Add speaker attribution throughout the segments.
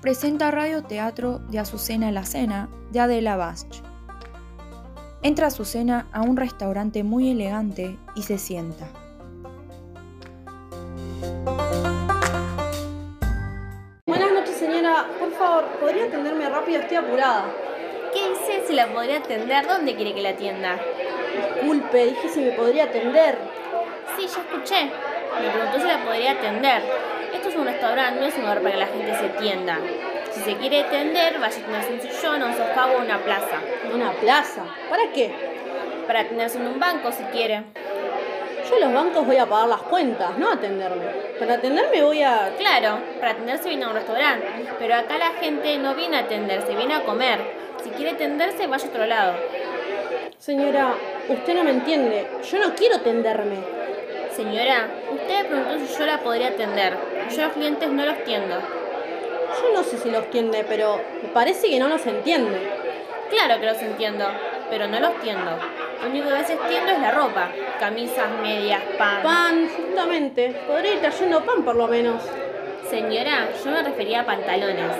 Speaker 1: presenta radioteatro de Azucena la Cena de Adela Bach. Entra Azucena a un restaurante muy elegante y se sienta.
Speaker 2: Buenas noches, señora. Por favor, ¿podría atenderme rápido? Estoy apurada.
Speaker 3: ¿Qué dice si la podría atender? ¿Dónde quiere que la atienda?
Speaker 2: Disculpe, dije si me podría atender.
Speaker 3: Sí, ya escuché. Me preguntó si la podría atender. Esto es un restaurante, no es un lugar para que la gente se tienda. Si se quiere atender, vaya a tenerse un sillón, un sofá o una plaza.
Speaker 2: ¿Una plaza? ¿Para qué?
Speaker 3: Para atenderse en un banco si quiere.
Speaker 2: Yo a los bancos voy a pagar las cuentas, no a atenderme. Para atenderme voy a...
Speaker 3: Claro, para atenderse viene a un restaurante. Pero acá la gente no viene a atenderse, viene a comer. Si quiere atenderse, vaya a otro lado.
Speaker 2: Señora, usted no me entiende. Yo no quiero atenderme.
Speaker 3: Señora, usted me preguntó si yo la podría atender. Yo a los clientes no los tiendo.
Speaker 2: Yo no sé si los entiende, pero me parece que no nos entiende.
Speaker 3: Claro que los entiendo, pero no los tiendo. Lo único que a veces tiendo es la ropa. Camisas, medias, pan.
Speaker 2: Pan, justamente. Podría ir trayendo pan por lo menos.
Speaker 3: Señora, yo me refería a pantalones.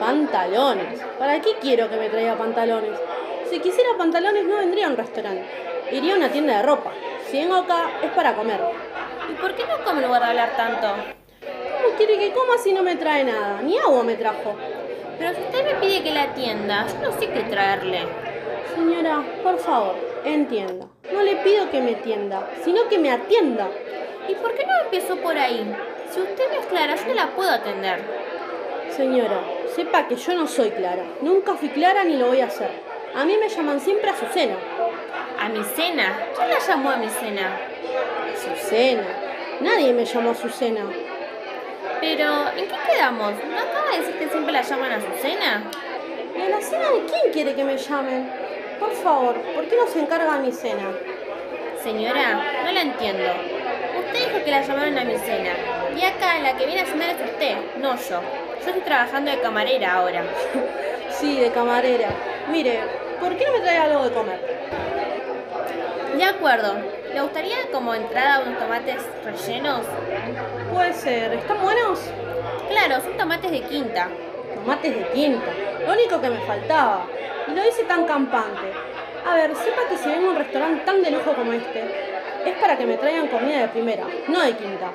Speaker 2: Pantalones. ¿Para qué quiero que me traiga pantalones? Si quisiera pantalones no vendría a un restaurante. Iría a una tienda de ropa. Si vengo acá es para comer.
Speaker 3: ¿Y por qué no come en lugar de hablar tanto?
Speaker 2: ¿Cómo quiere que coma si no me trae nada? Ni agua me trajo.
Speaker 3: Pero si usted me pide que la atienda, yo no sé qué traerle.
Speaker 2: Señora, por favor, entienda. No le pido que me atienda, sino que me atienda.
Speaker 3: ¿Y por qué no empezó por ahí? Si usted me aclara, yo no la puedo atender.
Speaker 2: Señora, sepa que yo no soy Clara. Nunca fui Clara ni lo voy a hacer. A mí me llaman siempre Azucena.
Speaker 3: ¿A mi cena? ¿Quién la llamó a mi cena?
Speaker 2: Azucena. Nadie me llamó Azucena.
Speaker 3: Pero, ¿en qué quedamos? ¿No acaba de decir que siempre la llaman a su cena?
Speaker 2: ¿Y a la cena de quién quiere que me llamen? Por favor, ¿por qué no se encarga mi cena?
Speaker 3: Señora, no la entiendo. Usted dijo que la llamaron a mi cena. Y acá la que viene a cenar es usted, no yo. Yo estoy trabajando de camarera ahora.
Speaker 2: Sí, de camarera. Mire, ¿por qué no me trae algo de comer?
Speaker 3: De acuerdo. ¿Le gustaría como entrada unos tomates rellenos?
Speaker 2: Puede ser, ¿están buenos?
Speaker 3: Claro, son tomates de quinta.
Speaker 2: Tomates de quinta. Lo único que me faltaba. Y lo hice tan campante. A ver, sepa que si vengo a un restaurante tan de lujo como este, es para que me traigan comida de primera, no de quinta.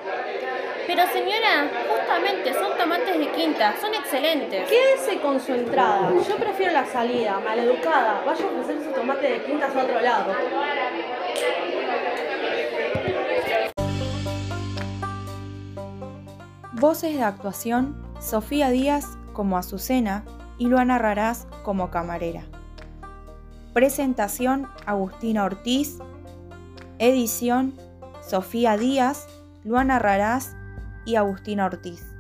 Speaker 3: Pero señora, justamente son tomates de quinta, son excelentes.
Speaker 2: Quédese con su entrada. Yo prefiero la salida, maleducada. Vaya a ofrecer su tomate de quintas a otro lado.
Speaker 1: Voces de actuación, Sofía Díaz como Azucena y Luana Rarás como camarera. Presentación, Agustina Ortiz. Edición, Sofía Díaz, Luana Rarás y Agustina Ortiz.